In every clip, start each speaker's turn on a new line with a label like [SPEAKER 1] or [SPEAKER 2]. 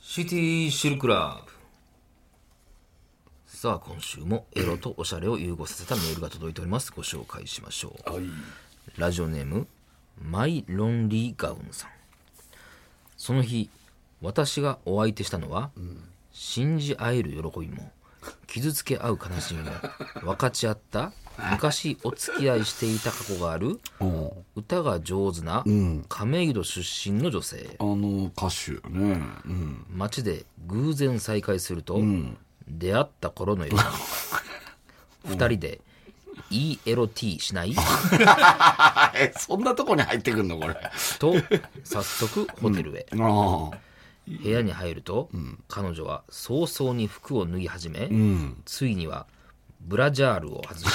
[SPEAKER 1] シティシルクラブさあ今週もエロとおしゃれを融合させたメールが届いておりますご紹介しましょう
[SPEAKER 2] はい。
[SPEAKER 1] ラジオネームマイ・ロンリー・ガウンさんその日私がお相手したのは、信じ合える喜びも傷つけ合う悲しみ も分かち合った昔お付き合いしていた過去がある歌が上手な亀戸出身の女性
[SPEAKER 2] あの歌手よね。うん。
[SPEAKER 1] 街で偶然再会すると、出会った頃のように二人で「いいエロ T しない?」
[SPEAKER 2] あえ、そんなとこに入ってくんのこれ。あ
[SPEAKER 1] と早速ホテルへ、
[SPEAKER 2] あ。
[SPEAKER 1] 部屋に入ると、彼女は早々に服を脱ぎ始め、ついにはブラジャールを外し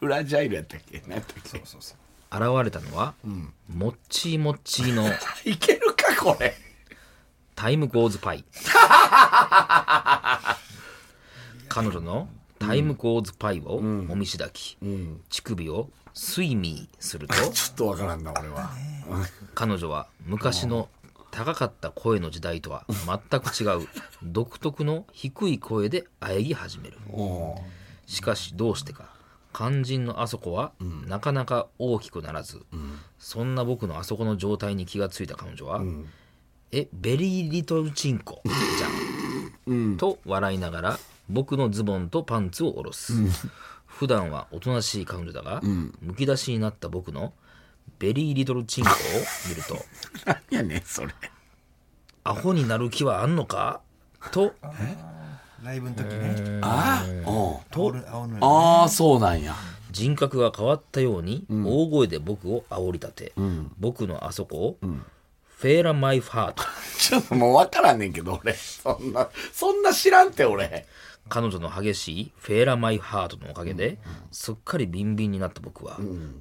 [SPEAKER 2] フラジャイルやったっけ何やったっけそうそうそ
[SPEAKER 1] 現れたのは、もっちーもっちーの
[SPEAKER 2] う。いけるかこれ。
[SPEAKER 1] タイムゴーズパイ彼女のタイムゴーズパイをもみしだき、乳首をスイミーすると
[SPEAKER 2] ちょっとわからんな、俺は。
[SPEAKER 1] 彼女は昔の高かった声の時代とは全く違う独特の低い声で喘ぎ始める
[SPEAKER 2] お
[SPEAKER 1] しかしどうしてか肝心のあそこはなかなか大きくならず、そんな僕のあそこの状態に気がついた彼女は「えベリーリトルチンコじゃん」と笑いながら僕のズボンとパンツを下ろす、普段はおとなしい彼女だが、むき出しになった僕のベリーリトルチンコを見ると
[SPEAKER 2] 何やねん、それ。
[SPEAKER 1] 「アホになる気はあんのか?」と
[SPEAKER 3] ライブの時ね。
[SPEAKER 2] ああ。おう
[SPEAKER 3] と、青のり。
[SPEAKER 2] ああ、そうなんや。
[SPEAKER 1] 人格が変わったように大声で僕を煽り立て、僕のあそこを、フェーラ・マイ・ファーと
[SPEAKER 2] ちょっともうわからんねんけど、俺。そんな、そんな知らんて、俺。
[SPEAKER 1] 彼女の激しいフェーラ・マイ・ハートのおかげで、すっかりビンビンになった僕は、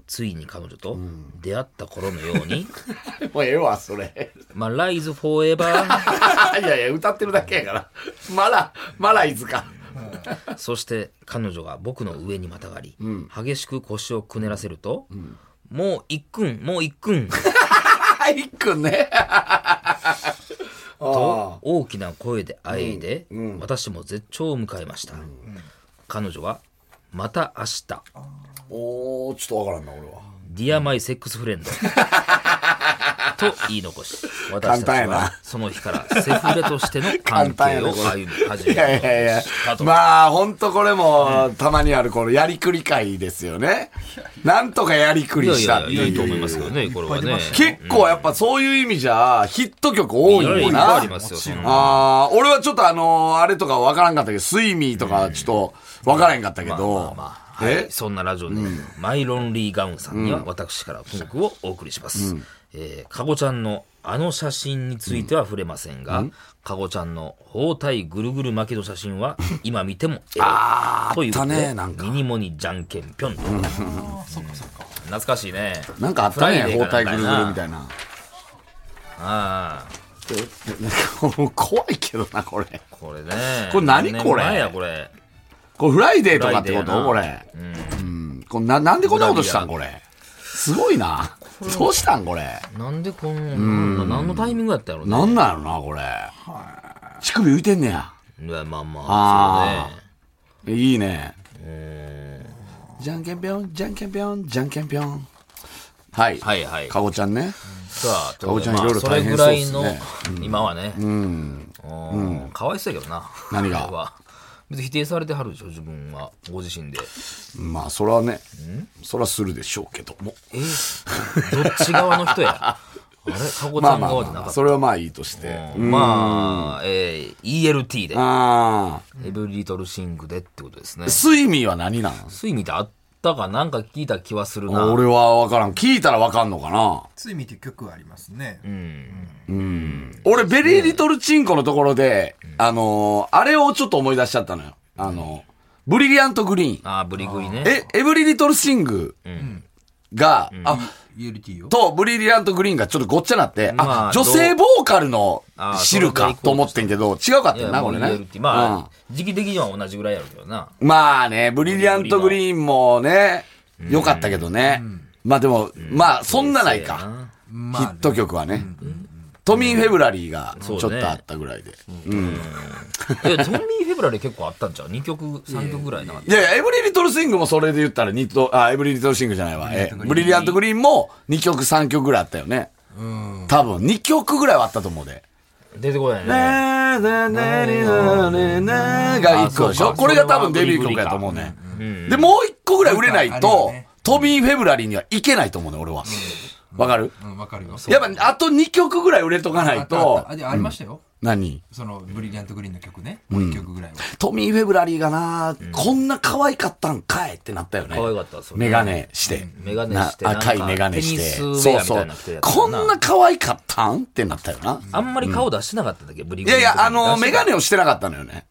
[SPEAKER 1] ついに彼女と出会った頃のように、
[SPEAKER 2] もうええわ、それ。
[SPEAKER 1] まあ、ライズ・フォーエバー、
[SPEAKER 2] いやいや、歌ってるだけやから。まだ、まだいつか。
[SPEAKER 1] そして彼女が僕の上にまたがり、激しく腰をくねらせると、もう一くん、もう一くん。
[SPEAKER 2] はい、くんね。
[SPEAKER 1] と大きな声で喘いで、私も絶頂を迎えました、彼女は「また明日
[SPEAKER 2] おおちょっとわからんな、俺は。
[SPEAKER 1] ディアマイセックスフ レンド」と言い残し私
[SPEAKER 2] 簡単
[SPEAKER 1] たち
[SPEAKER 2] や
[SPEAKER 1] は
[SPEAKER 2] な
[SPEAKER 1] その日からセフレとしての関
[SPEAKER 2] 簡単や
[SPEAKER 1] 係
[SPEAKER 2] な
[SPEAKER 1] を
[SPEAKER 2] これ
[SPEAKER 1] 歩み始
[SPEAKER 2] いや
[SPEAKER 1] め
[SPEAKER 2] いやいや
[SPEAKER 1] た、と、
[SPEAKER 2] まあ、ほんとこれも、たまにある、このやりくり会ですよね。なんとかやりく
[SPEAKER 1] い
[SPEAKER 2] り
[SPEAKER 1] やい
[SPEAKER 2] し
[SPEAKER 1] や
[SPEAKER 2] た
[SPEAKER 1] い
[SPEAKER 2] っ
[SPEAKER 1] や
[SPEAKER 2] て
[SPEAKER 1] いいと思い
[SPEAKER 2] い
[SPEAKER 1] ます
[SPEAKER 2] う。
[SPEAKER 1] けどねこれは
[SPEAKER 3] 出
[SPEAKER 1] ね
[SPEAKER 3] ました
[SPEAKER 2] 結構やっぱそういう意味じゃ、ヒット曲多い
[SPEAKER 1] いろいろい
[SPEAKER 2] も
[SPEAKER 1] っ
[SPEAKER 2] ん
[SPEAKER 1] ぱいあ
[SPEAKER 2] な
[SPEAKER 1] り。ますよその
[SPEAKER 2] あー俺はちょっとあのーあれとかわからんかったけど、スイミーとかちょっとわからへんかったけど、
[SPEAKER 1] はい
[SPEAKER 2] え
[SPEAKER 1] そんなラジオネーム、マイロンリーガウンさんには私からトークをお送りします、えーかごちゃんのあの写真については触れませんが、かごちゃんの包帯ぐるぐる巻きの写 真は今見てもええということ
[SPEAKER 2] あった
[SPEAKER 1] で
[SPEAKER 2] ねなんか
[SPEAKER 1] ミニモニじゃんけんぴょんと、懐かしいね
[SPEAKER 2] なんかあったね、
[SPEAKER 1] フライデ
[SPEAKER 2] 包
[SPEAKER 1] ーか
[SPEAKER 2] 帯
[SPEAKER 1] な
[SPEAKER 2] ぐるぐるみたいな。
[SPEAKER 1] ああ
[SPEAKER 2] なんか怖いけどな、これ。
[SPEAKER 1] これね
[SPEAKER 2] これ何これ
[SPEAKER 1] 何年前やこれ
[SPEAKER 2] これフライデーとかってこ
[SPEAKER 1] フライデー
[SPEAKER 2] と
[SPEAKER 1] な
[SPEAKER 2] これ。うん。これな、なんでこんなことしたんこれ。すごいな。どうしたんこれ。
[SPEAKER 1] なんでこんな何のタイミングやったやろうね
[SPEAKER 2] なんなんやろな、これ。乳首浮いてんねや。
[SPEAKER 1] いやまあまあ
[SPEAKER 2] あ
[SPEAKER 1] そうね
[SPEAKER 2] いいね。じゃんけんぴょん、じゃんけんぴょん、じゃんけんぴょん。はい。
[SPEAKER 1] はいはい
[SPEAKER 2] かごちゃんね。
[SPEAKER 1] さあ、ということ
[SPEAKER 2] かぼちゃ
[SPEAKER 1] で
[SPEAKER 2] ん
[SPEAKER 1] まあ
[SPEAKER 2] いろいろ
[SPEAKER 1] それ
[SPEAKER 2] 大
[SPEAKER 1] ぐ
[SPEAKER 2] 変
[SPEAKER 1] ら
[SPEAKER 2] そう
[SPEAKER 1] い
[SPEAKER 2] っすね
[SPEAKER 1] の、今はね、うんかわいそうやけどな。
[SPEAKER 2] 何 が
[SPEAKER 1] これは別に否定されてはるでしょ、自分は、ご自身で。
[SPEAKER 2] まあ、そらね、そらするでしょうけども。
[SPEAKER 1] えどっち側の人や。あれ、かごち
[SPEAKER 2] ま
[SPEAKER 1] ゃ
[SPEAKER 2] あ
[SPEAKER 1] ん
[SPEAKER 2] まあ
[SPEAKER 1] 側じゃな
[SPEAKER 2] まあ、
[SPEAKER 1] かった。
[SPEAKER 2] それはまあいいとして。
[SPEAKER 1] まあ、えー ELT で、
[SPEAKER 2] ああ。
[SPEAKER 1] エブリリトルシングでってことですね。
[SPEAKER 2] 睡眠は何なの
[SPEAKER 1] 睡眠ってあったかなんか聞いた気はするな。
[SPEAKER 2] 俺はわからん。聞いたらわかんのかな
[SPEAKER 3] つい見て曲はありますね。
[SPEAKER 2] 俺、ベリーリトルチンコのところで、あのーあれをちょっと思い出しちゃったのよ。あのブリリアントグリーン。
[SPEAKER 1] ああ、ブリグリね。
[SPEAKER 2] え、エブリリトルシングが、あ、
[SPEAKER 3] ULT を。
[SPEAKER 2] と、ブリリアントグリーンがちょっとごっちゃなって、
[SPEAKER 1] まあ
[SPEAKER 2] あ、女性ボーカルの
[SPEAKER 1] あ
[SPEAKER 2] 知る
[SPEAKER 1] それ
[SPEAKER 2] か
[SPEAKER 1] で行こうと
[SPEAKER 2] と思ってんけど、違うかっ
[SPEAKER 1] い
[SPEAKER 2] たよ
[SPEAKER 1] や、
[SPEAKER 2] な、
[SPEAKER 1] も
[SPEAKER 2] これ
[SPEAKER 1] う
[SPEAKER 2] ね。
[SPEAKER 1] ELT。まあ
[SPEAKER 2] あ、、
[SPEAKER 1] 時期的には同じぐらいやろうけどな。
[SPEAKER 2] まあね、ブリリアントグリーンもね、良かったけどね。まあでも、まあ、そんなないか。ヒ
[SPEAKER 3] まあ
[SPEAKER 2] ット曲はね。トミー・フェブラリーがちょ
[SPEAKER 1] そ
[SPEAKER 2] っ
[SPEAKER 1] うね
[SPEAKER 2] とあったぐらいで。
[SPEAKER 1] えトミー・フェブラリー結構あったんちゃう2曲3曲ぐらいなかった
[SPEAKER 2] いやいや、エブリリトルスイングもそれで言ったら二と、あ、エブリリトルスイングじゃないわ。え、ブリリアントグリーンも2曲3曲ぐらいあったよね。多分2曲ぐらいはあったと思うで。
[SPEAKER 1] 出てこない
[SPEAKER 2] ね
[SPEAKER 1] ね
[SPEAKER 2] ーねーねーねーねーねーが1個でし
[SPEAKER 1] あ
[SPEAKER 2] ょ
[SPEAKER 1] そうか
[SPEAKER 2] これが多分デビュー曲やと思うね。で、もう1個ぐらい売れない
[SPEAKER 3] もう一個ある
[SPEAKER 2] と
[SPEAKER 3] よね、
[SPEAKER 2] トミー・フェブラリーにはいけないと思うね、俺は。わかる
[SPEAKER 3] うん、わかるよ。
[SPEAKER 2] やっぱ、あと2曲ぐらい売れとかな
[SPEAKER 3] あ
[SPEAKER 2] い
[SPEAKER 3] ったあっ
[SPEAKER 2] と
[SPEAKER 3] たあ、でありましたよ。
[SPEAKER 2] 何
[SPEAKER 3] その、ブリリアントグリーンの曲ね。もう一曲ぐらいは。
[SPEAKER 2] トミー・フェブラリーがな、こんな可愛かったんかいってなったよね。
[SPEAKER 1] 可愛かったそれ
[SPEAKER 2] メガネして。
[SPEAKER 1] メガネ
[SPEAKER 2] な
[SPEAKER 1] して
[SPEAKER 2] 赤い
[SPEAKER 1] なんか
[SPEAKER 2] メガネして。
[SPEAKER 1] テニスウ
[SPEAKER 2] そ
[SPEAKER 1] ェ
[SPEAKER 2] う
[SPEAKER 1] アみた
[SPEAKER 2] そ
[SPEAKER 1] いうなの着てるや。つ
[SPEAKER 2] こ
[SPEAKER 1] や
[SPEAKER 2] ん
[SPEAKER 1] な
[SPEAKER 2] な可愛かったんってなったよな。
[SPEAKER 1] あんまり顔出してなかったんだけどブリ
[SPEAKER 2] い
[SPEAKER 1] グリ
[SPEAKER 2] やいや、あ
[SPEAKER 1] の
[SPEAKER 2] の、
[SPEAKER 1] 時
[SPEAKER 2] メガネをしてなかったのよね。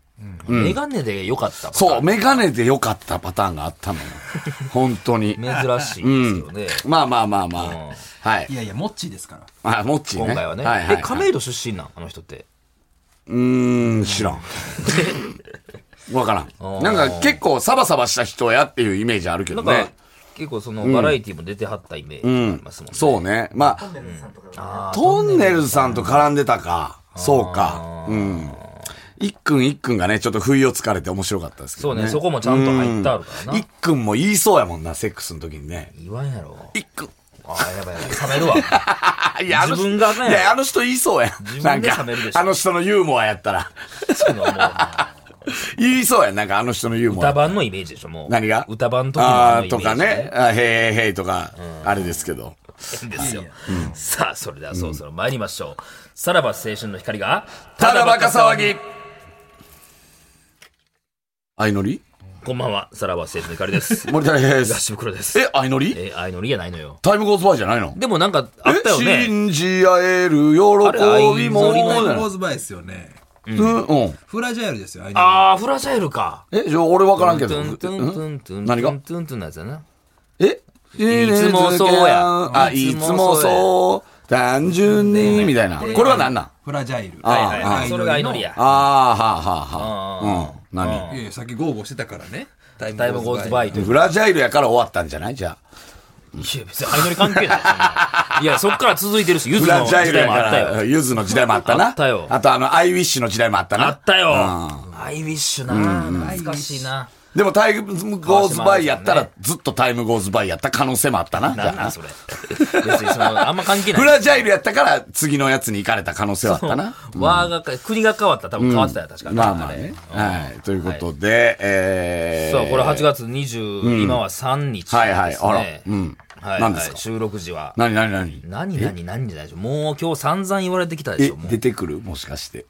[SPEAKER 1] メガネでよかったパターン
[SPEAKER 2] そう、メガネで良かったパターンがあったの よ。本当に。
[SPEAKER 1] 珍しいですよね
[SPEAKER 2] まあまあまあま
[SPEAKER 1] うん
[SPEAKER 2] あ。はい
[SPEAKER 3] い。やいや、モッチーですから。
[SPEAKER 2] あ、モッチーね。
[SPEAKER 1] 今回はね
[SPEAKER 2] はいはい
[SPEAKER 1] え
[SPEAKER 2] はい。
[SPEAKER 1] 亀戸出身なんあの人って
[SPEAKER 2] うーん、知 らん。わからん。なんか結構サバサバした人やっていうイメージあるけど
[SPEAKER 1] なんか
[SPEAKER 2] ね。
[SPEAKER 1] 結構そのバラエティも出てはったイメージありますもんね
[SPEAKER 2] そうね。まあ、
[SPEAKER 1] あー
[SPEAKER 2] トンネルズさんと絡んでたか。そうか。うん。一君一君がね、ちょっと不意をつかれて面白かったですけ
[SPEAKER 1] そ
[SPEAKER 2] ど
[SPEAKER 1] う
[SPEAKER 2] ね。
[SPEAKER 1] ねそこもちゃんと入ってあるからな
[SPEAKER 2] 一君も言いそうやもんな、セックスの時にね。
[SPEAKER 1] 言わんやろ
[SPEAKER 2] 一君。
[SPEAKER 1] あーやばいやばい冷めるわ
[SPEAKER 2] あ、いや、あの人
[SPEAKER 1] 自分がね
[SPEAKER 2] いや、あの人言いそうや。
[SPEAKER 1] 自
[SPEAKER 2] なん
[SPEAKER 1] 分で
[SPEAKER 2] か
[SPEAKER 1] 冷めるでしょ
[SPEAKER 2] あの人のユーモアやったら。
[SPEAKER 1] そういうのはも
[SPEAKER 2] 言いそうや。なんかあの人のユー
[SPEAKER 1] う
[SPEAKER 2] モ
[SPEAKER 1] 歌
[SPEAKER 2] ア。
[SPEAKER 1] 版のイメージでしょもう
[SPEAKER 2] 何が
[SPEAKER 1] 歌版の時のあ
[SPEAKER 2] あ
[SPEAKER 1] の
[SPEAKER 2] ー
[SPEAKER 1] イメー
[SPEAKER 2] と
[SPEAKER 1] ジ
[SPEAKER 2] かね。あへーへーとか、あれですけど。
[SPEAKER 1] ですよ。さあ、それではそろそろ参りましょう。さらば青春の光が、
[SPEAKER 2] ただバカ騒ぎ。相乗り
[SPEAKER 1] こんばんは、さらば青春の光です。
[SPEAKER 2] 森田です。
[SPEAKER 1] 東袋です。
[SPEAKER 2] え、相乗り
[SPEAKER 1] え、あいのりやないのよ。
[SPEAKER 2] タイムゴーズバーじゃないの
[SPEAKER 1] でもなんか、あったよ
[SPEAKER 2] え
[SPEAKER 1] ね。
[SPEAKER 2] 信じ合える喜びも
[SPEAKER 1] あれ
[SPEAKER 3] タイム
[SPEAKER 2] う
[SPEAKER 3] ボー
[SPEAKER 2] ん
[SPEAKER 3] ズバイですよね。
[SPEAKER 2] うん。
[SPEAKER 3] フラジャイルですよ、あいの
[SPEAKER 1] あー、フラジャイルか。
[SPEAKER 2] え、じゃあ俺わからんけど。
[SPEAKER 1] トゥントゥントゥントゥン
[SPEAKER 2] 何が
[SPEAKER 1] トゥントゥンのやつだな。
[SPEAKER 2] えい
[SPEAKER 1] つもそうや
[SPEAKER 2] あ、
[SPEAKER 1] い
[SPEAKER 2] い
[SPEAKER 1] つ
[SPEAKER 2] つ
[SPEAKER 1] も
[SPEAKER 2] も
[SPEAKER 1] そ
[SPEAKER 2] そう。単純に、みたいな。これは何なん
[SPEAKER 3] フラジャイル。
[SPEAKER 2] あー
[SPEAKER 1] はいはいは
[SPEAKER 2] あ
[SPEAKER 1] い。それがあいのりや。
[SPEAKER 2] あー、はあ、はあ、はあ。うん。何
[SPEAKER 3] いやいや、さっき豪語してたからね。タイ
[SPEAKER 1] タイムゴーズバイという。
[SPEAKER 2] フラジャイルやから終わったんじゃないじゃあ。
[SPEAKER 1] いや、別にあいのり関係ないそんな。いや、そっから続いてるし、ゆず
[SPEAKER 2] フ
[SPEAKER 1] の
[SPEAKER 2] ラ
[SPEAKER 1] 時
[SPEAKER 2] ジャイル
[SPEAKER 1] 代
[SPEAKER 2] や
[SPEAKER 1] も
[SPEAKER 2] か
[SPEAKER 1] あったよ。
[SPEAKER 2] ら、ゆずの時代もあったな。
[SPEAKER 1] あったよ
[SPEAKER 2] あとあの、アイウィッシュの時代もあったな。
[SPEAKER 1] あったよ。
[SPEAKER 2] う
[SPEAKER 1] アイウィッシュな。懐かしいな。
[SPEAKER 2] でもタイムゴーズバイやったら、ずっとタイムゴーズバイやった可能性もあったな。じゃ
[SPEAKER 1] な
[SPEAKER 2] あ
[SPEAKER 1] ん
[SPEAKER 2] な
[SPEAKER 1] なんそれ。別にその、あんま関係ない。
[SPEAKER 2] フラジャイルやったから、次のやつに行かれた可能性はあったな。
[SPEAKER 1] わがか国が変わったら多分変わってたよ、確かに。
[SPEAKER 2] まあまあ
[SPEAKER 1] れ
[SPEAKER 2] ね。はい。ということで、えー。
[SPEAKER 1] そう、これ8月20、今は3日です、ね。
[SPEAKER 2] はいはいあらうん
[SPEAKER 1] はい、はい。
[SPEAKER 2] 何ですか
[SPEAKER 1] 収録時は。
[SPEAKER 2] 何何何
[SPEAKER 1] 何何何じゃないでしょ。もう今日散々言われてきたで
[SPEAKER 2] え
[SPEAKER 1] しょ、も、う。
[SPEAKER 2] 出てくるもしかして。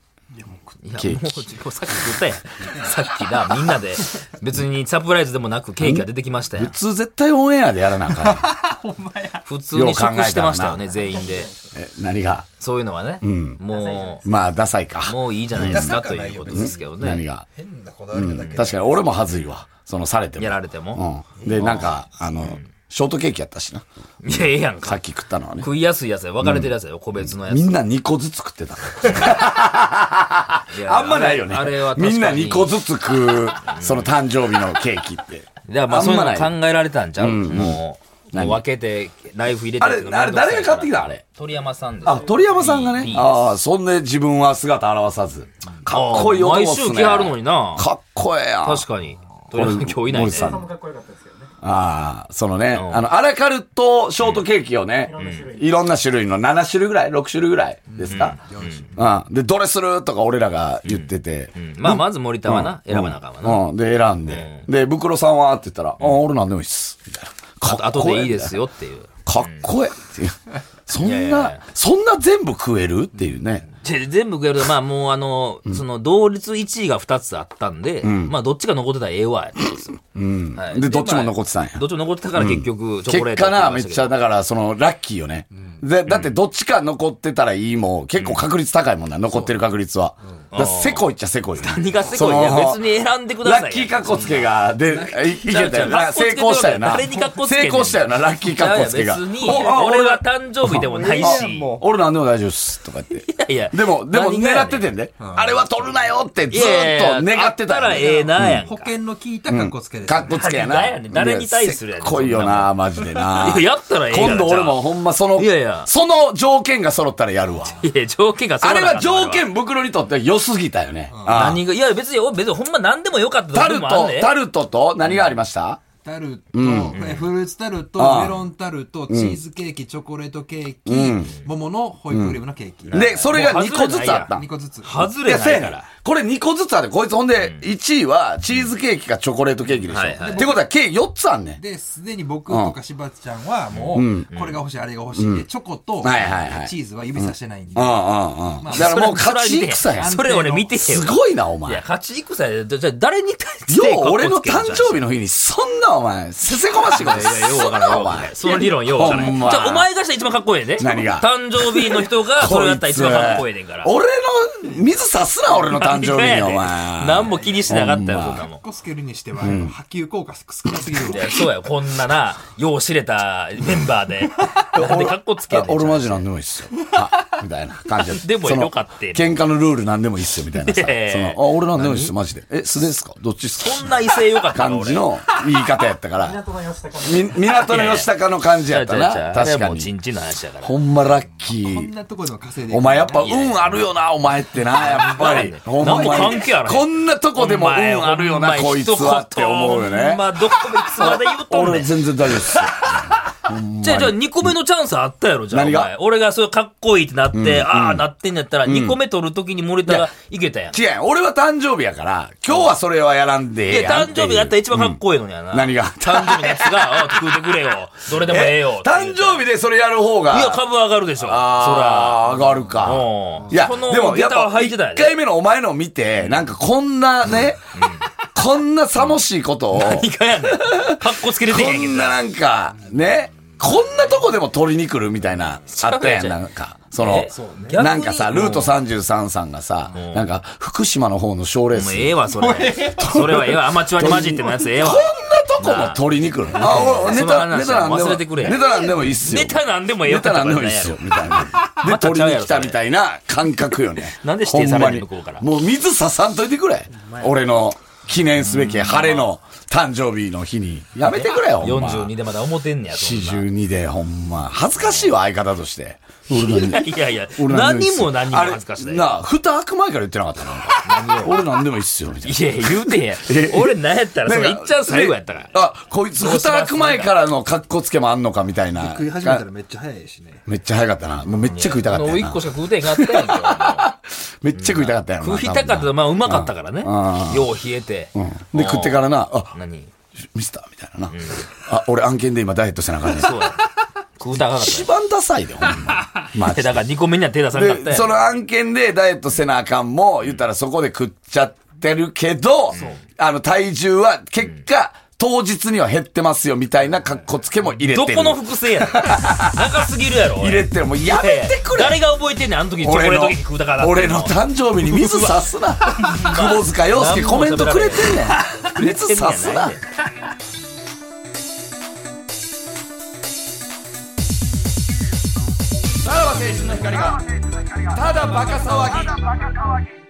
[SPEAKER 1] いや、
[SPEAKER 2] ケー
[SPEAKER 1] もう、さっき言ったやん。 さっきな、みんなで、別にサプライズでもなくケーキが出てきましたや
[SPEAKER 2] 普
[SPEAKER 1] ん。
[SPEAKER 2] 通絶対オンエアでやらなあ かんやん。
[SPEAKER 1] 普通に食してましたよね、
[SPEAKER 2] よ
[SPEAKER 1] 全員で。
[SPEAKER 2] え、何が
[SPEAKER 1] そういうのはね。も
[SPEAKER 2] まあ、ダサいか。
[SPEAKER 1] う、もういいじゃないですか、ということですけど
[SPEAKER 2] 何
[SPEAKER 1] ね。
[SPEAKER 2] が
[SPEAKER 3] 変なこだわり方だけど。
[SPEAKER 2] 確かに俺もはずいわ。その、されても。
[SPEAKER 1] やられても。
[SPEAKER 2] うん。で、なんか、あの、ショートケーキやったしな。
[SPEAKER 1] いや、ええやんか
[SPEAKER 2] さ。っき食ったのはね。
[SPEAKER 1] 食いやすいやつや、分かれてるやつやよ、個別のや
[SPEAKER 2] み
[SPEAKER 1] つ。
[SPEAKER 2] んな2個ずつ食ってた。
[SPEAKER 1] いや
[SPEAKER 2] あんまないよね。
[SPEAKER 1] あれは確かに
[SPEAKER 2] みんな2個ずつ食う、その誕生日のケーキって。
[SPEAKER 1] いや、まあ、
[SPEAKER 2] ん
[SPEAKER 1] そういう
[SPEAKER 2] ない
[SPEAKER 1] の考えられたんちゃうもう、もう分けて、ナイフ入れて
[SPEAKER 2] あれ、あれ誰が買ってきたあれ。
[SPEAKER 1] 鳥山さんですよ。
[SPEAKER 2] あ、鳥山さんがね
[SPEAKER 1] B。です
[SPEAKER 2] ああ、そんで自分は姿現さず。かっこいい男っすね。
[SPEAKER 1] 毎週来はるのにな
[SPEAKER 2] かっこええやん。
[SPEAKER 1] 確かに。鳥山さん今日いないね
[SPEAKER 2] 森。さん。ああ、そのね、あの、アラカルトショートケーキをね、いろんな種類の7種類ぐらい ?6 種類ぐらいですかうん。で、どれするとか俺らが言ってて。
[SPEAKER 1] うんまあ、まず森田はな、選ばなあかんわな。
[SPEAKER 2] うん。で、選んで。で、袋さんはって言ったら、ああ、俺なんでもいいっす。みたいな。か
[SPEAKER 1] あ
[SPEAKER 2] っことええ
[SPEAKER 1] でいいですよっていう。
[SPEAKER 2] かっこええっていう。そん
[SPEAKER 1] いやいやい
[SPEAKER 2] な
[SPEAKER 1] や、
[SPEAKER 2] そんな全部食えるっていうね。
[SPEAKER 1] で全部食えると、まあもうあの、その同率1位が2つあったんで、まあどっちが残ってたらええわ、やったんですよ。はい
[SPEAKER 2] で、どっちも残ってたんや
[SPEAKER 1] まあ。どっちも残ってたから結局、チョ
[SPEAKER 2] 結
[SPEAKER 1] コレート
[SPEAKER 2] 果
[SPEAKER 1] 買
[SPEAKER 2] な、
[SPEAKER 1] い
[SPEAKER 2] めっ
[SPEAKER 1] ましたけ
[SPEAKER 2] ち
[SPEAKER 1] ど
[SPEAKER 2] ゃ、だから、その、ラッキーよね。で、だって、どっちか残ってたらいいもん、結構確率高いもんな、残ってる確率は。だからせこいっちゃせこいよね。
[SPEAKER 1] 何がせこいい
[SPEAKER 2] その
[SPEAKER 1] や、別に選んでください
[SPEAKER 2] ラ
[SPEAKER 1] や。
[SPEAKER 2] ッキーかっこつけが、で、いいけたよな。
[SPEAKER 1] ラッキー
[SPEAKER 2] 成功したよな。
[SPEAKER 1] 誰にかっこつけん
[SPEAKER 2] 成
[SPEAKER 1] ねん
[SPEAKER 2] 功したよな、ラッキーかっこつけが。
[SPEAKER 1] いや別に、
[SPEAKER 2] おあ
[SPEAKER 1] 俺は誕生日でもないし。い
[SPEAKER 2] 俺なんでも大丈夫っす、とか言って。
[SPEAKER 1] やいや。
[SPEAKER 2] でも、でも
[SPEAKER 1] 何が
[SPEAKER 2] 狙
[SPEAKER 1] やねん
[SPEAKER 2] っててんで。あれは取るなよってず
[SPEAKER 1] い
[SPEAKER 2] ー
[SPEAKER 1] やいや
[SPEAKER 2] っと願って
[SPEAKER 1] あ
[SPEAKER 2] た
[SPEAKER 1] ったらええなやん
[SPEAKER 3] 保
[SPEAKER 1] か。
[SPEAKER 3] 険の効いた格好つけです
[SPEAKER 2] かっ
[SPEAKER 3] ね。
[SPEAKER 2] こつけやな
[SPEAKER 1] 何がやねん。誰に対するやねん
[SPEAKER 2] せっこいよな、マジでな。
[SPEAKER 1] いややったらええやん
[SPEAKER 2] 今度俺もほんまその
[SPEAKER 1] いやいやや
[SPEAKER 2] その条件が揃ったらやるわ。
[SPEAKER 1] いや、条件が
[SPEAKER 2] あ
[SPEAKER 1] 揃わ
[SPEAKER 2] れ
[SPEAKER 1] なか
[SPEAKER 2] は
[SPEAKER 1] ったの
[SPEAKER 2] 条件袋にとっては良すぎたよね。ああ
[SPEAKER 1] 何がいや別にお別にほんま何でもよかった
[SPEAKER 2] タ
[SPEAKER 1] とこ
[SPEAKER 2] ル
[SPEAKER 1] もあん
[SPEAKER 2] ト
[SPEAKER 1] ね、
[SPEAKER 2] タルトと何がありました、
[SPEAKER 3] タルト、えフルーツタルト、
[SPEAKER 2] ああ
[SPEAKER 3] メロンタルト、チーズケーキ、チョコレートケーキ、桃のホイップクリームのケーキ。
[SPEAKER 2] で、それが2個ずつあったん
[SPEAKER 3] 2個ずつ。
[SPEAKER 1] 外
[SPEAKER 2] い
[SPEAKER 1] れ
[SPEAKER 2] や、
[SPEAKER 1] な
[SPEAKER 2] せや
[SPEAKER 1] い
[SPEAKER 2] ね
[SPEAKER 1] か
[SPEAKER 2] ん
[SPEAKER 1] ら。
[SPEAKER 2] これ2個ずつある。こいつほんで、1位はチーズケーキかチョコレートケーキでしょ。
[SPEAKER 1] はいはい
[SPEAKER 2] ってことは計4つあんねん。
[SPEAKER 3] で、すでに僕とかしばちゃんはもう、これが欲しい、あれが欲しいで、チョコと
[SPEAKER 2] はいはいはい
[SPEAKER 3] チーズは指さしてないんで
[SPEAKER 2] うんう。んうん。だからもう勝ち戦やん。
[SPEAKER 1] それ俺見てへん
[SPEAKER 2] す
[SPEAKER 1] わ
[SPEAKER 2] ごいな、お
[SPEAKER 1] いや
[SPEAKER 2] 前。
[SPEAKER 1] 勝ち戦やでじゃあ誰に対して
[SPEAKER 2] よう、俺の誕生日
[SPEAKER 1] の
[SPEAKER 2] の日に、そんなお前、せせこましいこと
[SPEAKER 1] いやいやよう
[SPEAKER 2] す
[SPEAKER 1] わか
[SPEAKER 2] ん
[SPEAKER 1] らん
[SPEAKER 2] な、
[SPEAKER 1] よ
[SPEAKER 2] お
[SPEAKER 1] うわから
[SPEAKER 2] 前
[SPEAKER 1] ん。その理論ようわから
[SPEAKER 2] ほ
[SPEAKER 1] ん
[SPEAKER 2] んま
[SPEAKER 1] じゃあお前がしたら一番かっこええね
[SPEAKER 2] 何が
[SPEAKER 1] 誕生日の人 がそれやったら一番かっこええねんから
[SPEAKER 2] こいつ俺の、水さすな、俺の誕生日に、お前。
[SPEAKER 1] 何も気にしなかったよ
[SPEAKER 2] ほんま
[SPEAKER 1] 僕はも
[SPEAKER 3] コスケルにしては、波及効果少なすぎる
[SPEAKER 1] い やそうやこんななよう知れたメンバー でなんでかっこつけんねん
[SPEAKER 2] 俺マジなんでもいいっ すよ。あみたいな感じ
[SPEAKER 1] でも
[SPEAKER 2] その
[SPEAKER 1] よかったよ
[SPEAKER 2] 喧嘩のルールなんでもいいっすよ、みたいなさ。
[SPEAKER 1] いやいや
[SPEAKER 2] そ
[SPEAKER 1] い
[SPEAKER 2] の
[SPEAKER 1] や
[SPEAKER 2] あ俺なんでもいいっすよ、マジで。え、素ですかどっちっすか
[SPEAKER 1] そんな威勢よかった
[SPEAKER 2] 感
[SPEAKER 1] の俺
[SPEAKER 2] じの言い方やったから。み 港の吉高の感じ
[SPEAKER 1] じ
[SPEAKER 2] や
[SPEAKER 1] ゃあ
[SPEAKER 2] っ
[SPEAKER 1] じ
[SPEAKER 2] た
[SPEAKER 1] ゃあじゃ
[SPEAKER 2] な。
[SPEAKER 1] ああれ
[SPEAKER 2] 確
[SPEAKER 1] は
[SPEAKER 2] か
[SPEAKER 1] もうチ
[SPEAKER 2] に。
[SPEAKER 1] ンチンの話やから
[SPEAKER 2] ほんまラッキ
[SPEAKER 3] こん
[SPEAKER 2] ー。
[SPEAKER 3] なとこでも稼いでいく
[SPEAKER 2] お前やっぱ運あるよな、お前って な、やっぱり。ほんまに。
[SPEAKER 1] なんも関係あらへん
[SPEAKER 2] こんなとこでも運あるよな、こいつはって思うよね
[SPEAKER 1] ま。あ、どこまでいつまで言うとんね
[SPEAKER 2] 俺
[SPEAKER 1] ん。
[SPEAKER 2] 全然大丈夫っすよ。
[SPEAKER 1] じゃあ、じゃあ、2個目のチャンスあったやろ、じゃあ。
[SPEAKER 2] 何が
[SPEAKER 1] お前俺がそれかっこいいってなって、ああ、なってんやったら、2個目取るときに森田がいけたやん。
[SPEAKER 2] 違うよ俺は誕生日やから、今日はそれはやらんでええ
[SPEAKER 1] で、
[SPEAKER 2] やんっ
[SPEAKER 1] 誕
[SPEAKER 2] ていう。
[SPEAKER 1] 生日やったら一番かっこいいのにやな。
[SPEAKER 2] うん何が
[SPEAKER 1] 誕生日のやつが、おい食うてくれよ。どれでもええよ。
[SPEAKER 2] 誕生
[SPEAKER 1] 日
[SPEAKER 2] 日でそれやる方が。
[SPEAKER 1] いや、株上がるでしょ。そら。
[SPEAKER 2] ああ、上がるか。
[SPEAKER 1] うん
[SPEAKER 2] いや、
[SPEAKER 1] その
[SPEAKER 2] でもやっ
[SPEAKER 1] 下駄
[SPEAKER 2] ぱ
[SPEAKER 1] は履いてたよ
[SPEAKER 2] 1
[SPEAKER 1] ね
[SPEAKER 2] 回目のお前のを見て、なんかこんなね、こんなさもしいことを、こ
[SPEAKER 1] いかやねん。かっこつけれてへんやんけ
[SPEAKER 2] ん
[SPEAKER 1] ど
[SPEAKER 2] な
[SPEAKER 1] な。
[SPEAKER 2] なんか、ね、こんなとこでも取りに来るみたいな、あったやん、なんか。その
[SPEAKER 1] えそう、ね
[SPEAKER 2] なんかさ、
[SPEAKER 1] 逆に
[SPEAKER 2] ルート33さんがさ、なんか、福島の方の賞レー
[SPEAKER 1] も
[SPEAKER 2] ス
[SPEAKER 1] う。ええわ、それ。それはええわ。アマチュアに混じってのやつええわ
[SPEAKER 2] こ。んなとこも取りに来る。あ、俺、ネ
[SPEAKER 1] その
[SPEAKER 2] タ、
[SPEAKER 1] 話
[SPEAKER 2] ネタなんでも、
[SPEAKER 1] 忘れてくれ
[SPEAKER 2] ネタなんでもいいっすよ。
[SPEAKER 1] ネタなんでもええよ
[SPEAKER 2] ネタなんでもいいっすよ、みたいな。で、
[SPEAKER 1] また
[SPEAKER 2] 取
[SPEAKER 1] ち
[SPEAKER 2] り
[SPEAKER 1] ゃう
[SPEAKER 2] に
[SPEAKER 1] やろ
[SPEAKER 2] 来たみたいな感覚よね。
[SPEAKER 1] なんで指定
[SPEAKER 2] ほ
[SPEAKER 1] されんの
[SPEAKER 2] んまに
[SPEAKER 1] 向こうから
[SPEAKER 2] もう水ささんといてくれ。俺の記念すべき晴れの誕生日の日に。やめてくれよ、ほんま。
[SPEAKER 1] 42でまだ思ってんねや、そんな
[SPEAKER 2] 42で、ほんま。恥ずかしいわ、相方として。俺何
[SPEAKER 1] いやいや、
[SPEAKER 2] 俺何で
[SPEAKER 1] 何
[SPEAKER 2] も
[SPEAKER 1] も
[SPEAKER 2] いいっす
[SPEAKER 1] 何も恥ずかし
[SPEAKER 2] あ
[SPEAKER 1] な
[SPEAKER 2] れ
[SPEAKER 1] い。
[SPEAKER 2] なあ、蓋開く前から言ってなかったな。俺なんでもいいっすよ、みたいな。
[SPEAKER 1] いや、言うてへんや
[SPEAKER 2] え。
[SPEAKER 1] 俺なんやったら、そ
[SPEAKER 2] なん
[SPEAKER 1] の
[SPEAKER 2] か
[SPEAKER 1] いっちゃん最後やったから
[SPEAKER 2] ね。あ、こいつ、蓋開く前からの格好つけもあんのかみたいな。
[SPEAKER 3] 食い始めたらめっちゃ早いしね。
[SPEAKER 2] めっちゃ早かったな。もうめっちゃ食いたか
[SPEAKER 1] あ
[SPEAKER 2] った
[SPEAKER 1] の、
[SPEAKER 2] よ
[SPEAKER 1] 1
[SPEAKER 2] な
[SPEAKER 1] 個。しか食うてへんかったやんか。
[SPEAKER 2] めっちゃ食いたかったよな。
[SPEAKER 1] 食いたかったけどまあ、うまかったからね
[SPEAKER 2] う。
[SPEAKER 1] よう冷えて。
[SPEAKER 2] うんで、食ってからな、あ、
[SPEAKER 1] 何
[SPEAKER 2] ミスターみたいなな。あ、俺案件で今ダイエットしてなあかんねん。
[SPEAKER 1] そうや。食うたら あかんかった
[SPEAKER 2] 一
[SPEAKER 1] よ
[SPEAKER 2] 番ダサいで、ほんま。 マジ
[SPEAKER 1] で。だ
[SPEAKER 2] で。
[SPEAKER 1] から2個目には手出さなかった
[SPEAKER 2] で、
[SPEAKER 1] や
[SPEAKER 2] そ
[SPEAKER 1] ん。
[SPEAKER 2] の案件でダイエットせなあかんも、言ったらそこで食っちゃってるけど、あの、体重は結果、当日には減ってますよ、みたいな格好つけも入れて
[SPEAKER 1] ど
[SPEAKER 2] る。
[SPEAKER 1] この複製やねん。長すぎるやろ。おい
[SPEAKER 2] 入れてる。もうやめてくれ。
[SPEAKER 1] 誰が覚えてんねん、あの時チョコレ
[SPEAKER 2] 俺
[SPEAKER 1] ート
[SPEAKER 2] の
[SPEAKER 1] ケーキ食うたから。
[SPEAKER 2] 俺の誕生日に水さす な窪塚洋介コメントくれてんねん水さすなさらば青春の光がただバカ騒ぎ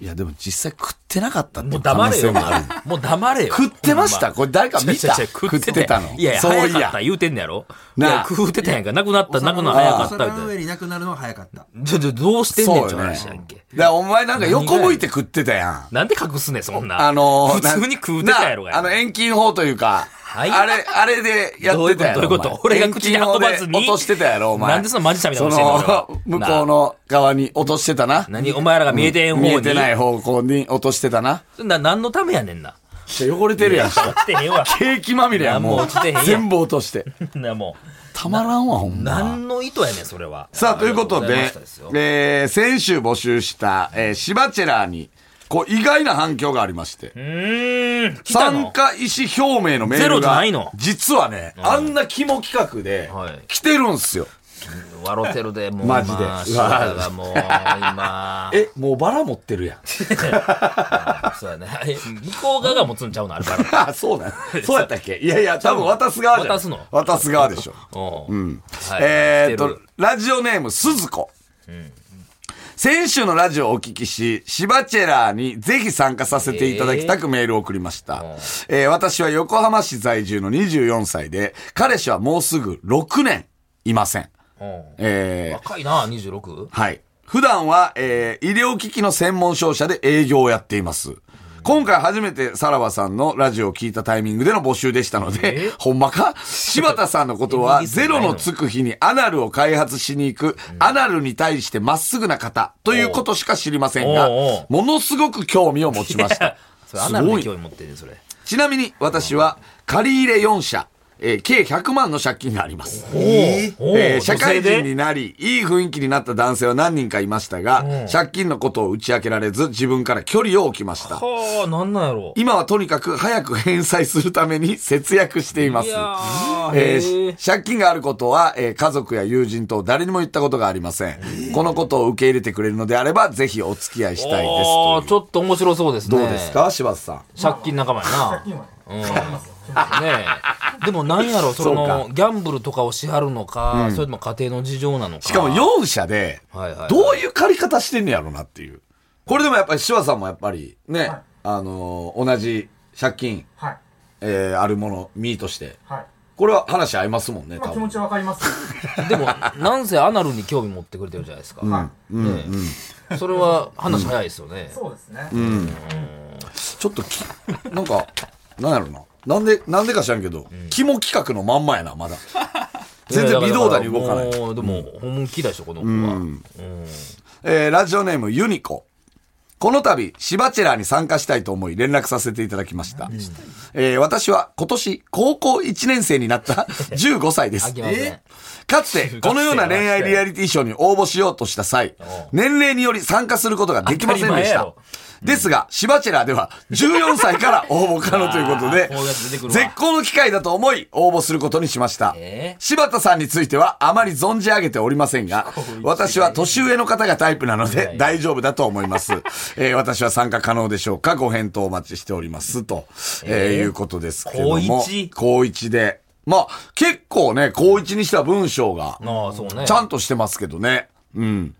[SPEAKER 2] いやでも実際食ってなかったって
[SPEAKER 1] も
[SPEAKER 2] いうう可
[SPEAKER 1] 黙
[SPEAKER 2] 能
[SPEAKER 1] れ
[SPEAKER 2] 性
[SPEAKER 1] よ
[SPEAKER 2] も ある。
[SPEAKER 1] もう黙れよ。
[SPEAKER 2] 食ってましたこれ誰か見
[SPEAKER 1] ちゃ
[SPEAKER 2] た
[SPEAKER 1] ちゃ
[SPEAKER 2] 食ってたの
[SPEAKER 1] いやいや、
[SPEAKER 2] そう
[SPEAKER 1] 早
[SPEAKER 2] い
[SPEAKER 1] かっ
[SPEAKER 2] や
[SPEAKER 1] た言うてんねやろ。い
[SPEAKER 2] なあ
[SPEAKER 1] や、食うてたやんか。なくなった、なくなった早かった
[SPEAKER 3] お皿の
[SPEAKER 1] みた
[SPEAKER 3] 上
[SPEAKER 1] い
[SPEAKER 3] になくなるのは早かった。
[SPEAKER 1] な。ちょ、ちょ、どうしてんねんって
[SPEAKER 2] そうよね
[SPEAKER 1] 話やんけ。
[SPEAKER 2] だからお前なんか横向いて食ってたやん
[SPEAKER 1] なんで隠すねん、そんな。
[SPEAKER 2] あのー、
[SPEAKER 1] 普通に食うてたやろが
[SPEAKER 2] なあの、遠近法というか、
[SPEAKER 1] い
[SPEAKER 2] あれ、あれでやってたやろ。
[SPEAKER 1] どういうことどういうこと
[SPEAKER 2] お前
[SPEAKER 1] 俺が口に運ばずに
[SPEAKER 2] 遠近法で落としてたやろ、お前。
[SPEAKER 1] なんでそのマジシャンみたいな
[SPEAKER 2] そ
[SPEAKER 1] ことしてん
[SPEAKER 2] の、向
[SPEAKER 1] の俺は
[SPEAKER 2] こうの側に落としてたな。
[SPEAKER 1] 何、お前らが見えてへん方に。
[SPEAKER 2] 見えてない方向に落としてたな。
[SPEAKER 1] な、何のためやねんな。
[SPEAKER 2] 汚れてるやん。
[SPEAKER 1] やってへんわ。
[SPEAKER 2] ケーキまみれやん、も
[SPEAKER 1] なんも
[SPEAKER 2] う
[SPEAKER 1] 落ちてへんや。ん
[SPEAKER 2] 全部落として。
[SPEAKER 1] な、も
[SPEAKER 2] たまらんわ、ほん
[SPEAKER 1] う。
[SPEAKER 2] ま。
[SPEAKER 1] 何の意図やねん、それは。
[SPEAKER 2] さあ、ということ
[SPEAKER 1] あり
[SPEAKER 2] で
[SPEAKER 1] がございましたすよ、
[SPEAKER 2] えー、先週募集した、えー、シバチェラーに、こう、意外な反響がありまして。
[SPEAKER 1] うーん、来た
[SPEAKER 2] 参
[SPEAKER 1] の
[SPEAKER 2] 加意思表明のメー
[SPEAKER 1] ゼ
[SPEAKER 2] ル
[SPEAKER 1] ロじゃ
[SPEAKER 2] が
[SPEAKER 1] ないの、
[SPEAKER 2] 実はね、あんな肝企画で
[SPEAKER 1] はい、
[SPEAKER 2] 来てるんすよ。
[SPEAKER 1] 笑ってるで、もう。
[SPEAKER 2] マジで
[SPEAKER 1] まあ柴田がもう、今。
[SPEAKER 2] え、もうバラ持ってるやん。
[SPEAKER 1] そうやね。え向こう側が持つんちゃうのあるか ら。
[SPEAKER 2] あ、そうなん そうやったっけいやいや、多分渡す側じゃん。
[SPEAKER 1] 渡すの
[SPEAKER 2] 渡す側でしょ。
[SPEAKER 1] うん。はい
[SPEAKER 2] えーっ
[SPEAKER 1] 来
[SPEAKER 2] と
[SPEAKER 1] てる、
[SPEAKER 2] ラジオネーム、鈴子。先週のラジオをお聞きし、シバチェラーにぜひ参加させていただきたくメールを送りました。えー私は横浜市在住の24歳で、彼氏はもうすぐ6年いません。
[SPEAKER 1] うん
[SPEAKER 2] えー
[SPEAKER 1] 若いな、26?
[SPEAKER 2] はい。普段は、えー医療機器の専門商社で営業をやっています。今回初めてさらばさんのラジオを聞いたタイミングでの募集でしたので、
[SPEAKER 1] え
[SPEAKER 2] ほんまか柴田さんのことは、ゼロのつく日にアナルを開発しに行く、アナルに対してまっすぐな方ということしか知りませんが
[SPEAKER 1] おうおう、
[SPEAKER 2] ものすごく興味を持ちました。
[SPEAKER 1] それアナルの勢い持ってるね、それ。
[SPEAKER 2] ちなみに私は借り入れ4社、えー計100万の借金があります。
[SPEAKER 1] え
[SPEAKER 2] えー社会人になり、いい雰囲気になった男性は何人かいましたが、借金のことを打ち明けられず、自分から距離を置きました。
[SPEAKER 1] はあ、なんなんやろ。
[SPEAKER 2] 今はとにかく早く返済するために節約しています
[SPEAKER 1] い。や
[SPEAKER 2] え
[SPEAKER 1] ー
[SPEAKER 2] ー借金があることは、えー家族や友人と誰にも言ったことがありません。このことを受け入れてくれるのであれば、ぜひお付き合いしたいで
[SPEAKER 1] あー
[SPEAKER 2] す
[SPEAKER 1] ち
[SPEAKER 2] という。
[SPEAKER 1] ょっと面白そうですね。
[SPEAKER 2] どうですか、柴田さん。
[SPEAKER 1] 借金仲間やな。うんねえでもなんやろ そ
[SPEAKER 2] そ
[SPEAKER 1] のギャンブルとかをしはるのか、それとも家庭の事情なのか
[SPEAKER 2] しかも4社で
[SPEAKER 1] はいはいは、い
[SPEAKER 2] どういう借り方してんねやろなっていう。これでもやっぱり柴田さんもやっぱりね、あのー同じ借金、
[SPEAKER 4] はい。
[SPEAKER 2] えーあるもの、ミーとして。
[SPEAKER 4] はい。
[SPEAKER 2] これは話合いますもんね、
[SPEAKER 4] ま
[SPEAKER 2] 多
[SPEAKER 4] あ気持
[SPEAKER 2] 分。
[SPEAKER 4] ちわかります。
[SPEAKER 1] でもなんせアナルに興味持ってくれてるじゃないですか、ねえそれは話早いですよね、
[SPEAKER 4] そうですね。
[SPEAKER 2] ちょっとき、なんか、なんやろな。なんで、なんでか知らんけど、肝企画のまんまやな、 まだ。全然微動だに動かない。
[SPEAKER 1] もうでも本気だでしょこの子は、
[SPEAKER 2] えーラジオネームユニコ。この度、シバチェラーに参加したいと思い連絡させていただきました。えー私は今年高校1年生になった15歳 です
[SPEAKER 1] あ。きません
[SPEAKER 2] かつて、このような恋愛リアリティショーに応募しようとした際、年齢により参加することができません
[SPEAKER 1] 当たり
[SPEAKER 2] でし
[SPEAKER 1] 前や
[SPEAKER 2] た
[SPEAKER 1] ろ。
[SPEAKER 2] ですが、シバチェラーでは14歳から応募可能ということで
[SPEAKER 1] あーこういうやつ出てく、るわ
[SPEAKER 2] 絶好の機会だと思い応募することにしました
[SPEAKER 1] え。ー
[SPEAKER 2] 柴田さんについてはあまり存じ上げておりません が、私は年上の方がタイプなので大丈夫だと思い ます。えー私は参加可能でしょうかご返答お待ちしております。と、えーいうことですけども。
[SPEAKER 1] 高一
[SPEAKER 2] 高一で。まあ、結構ね、高一にした文章が、
[SPEAKER 1] ああそうね
[SPEAKER 2] ちゃんとしてますけどね。うん。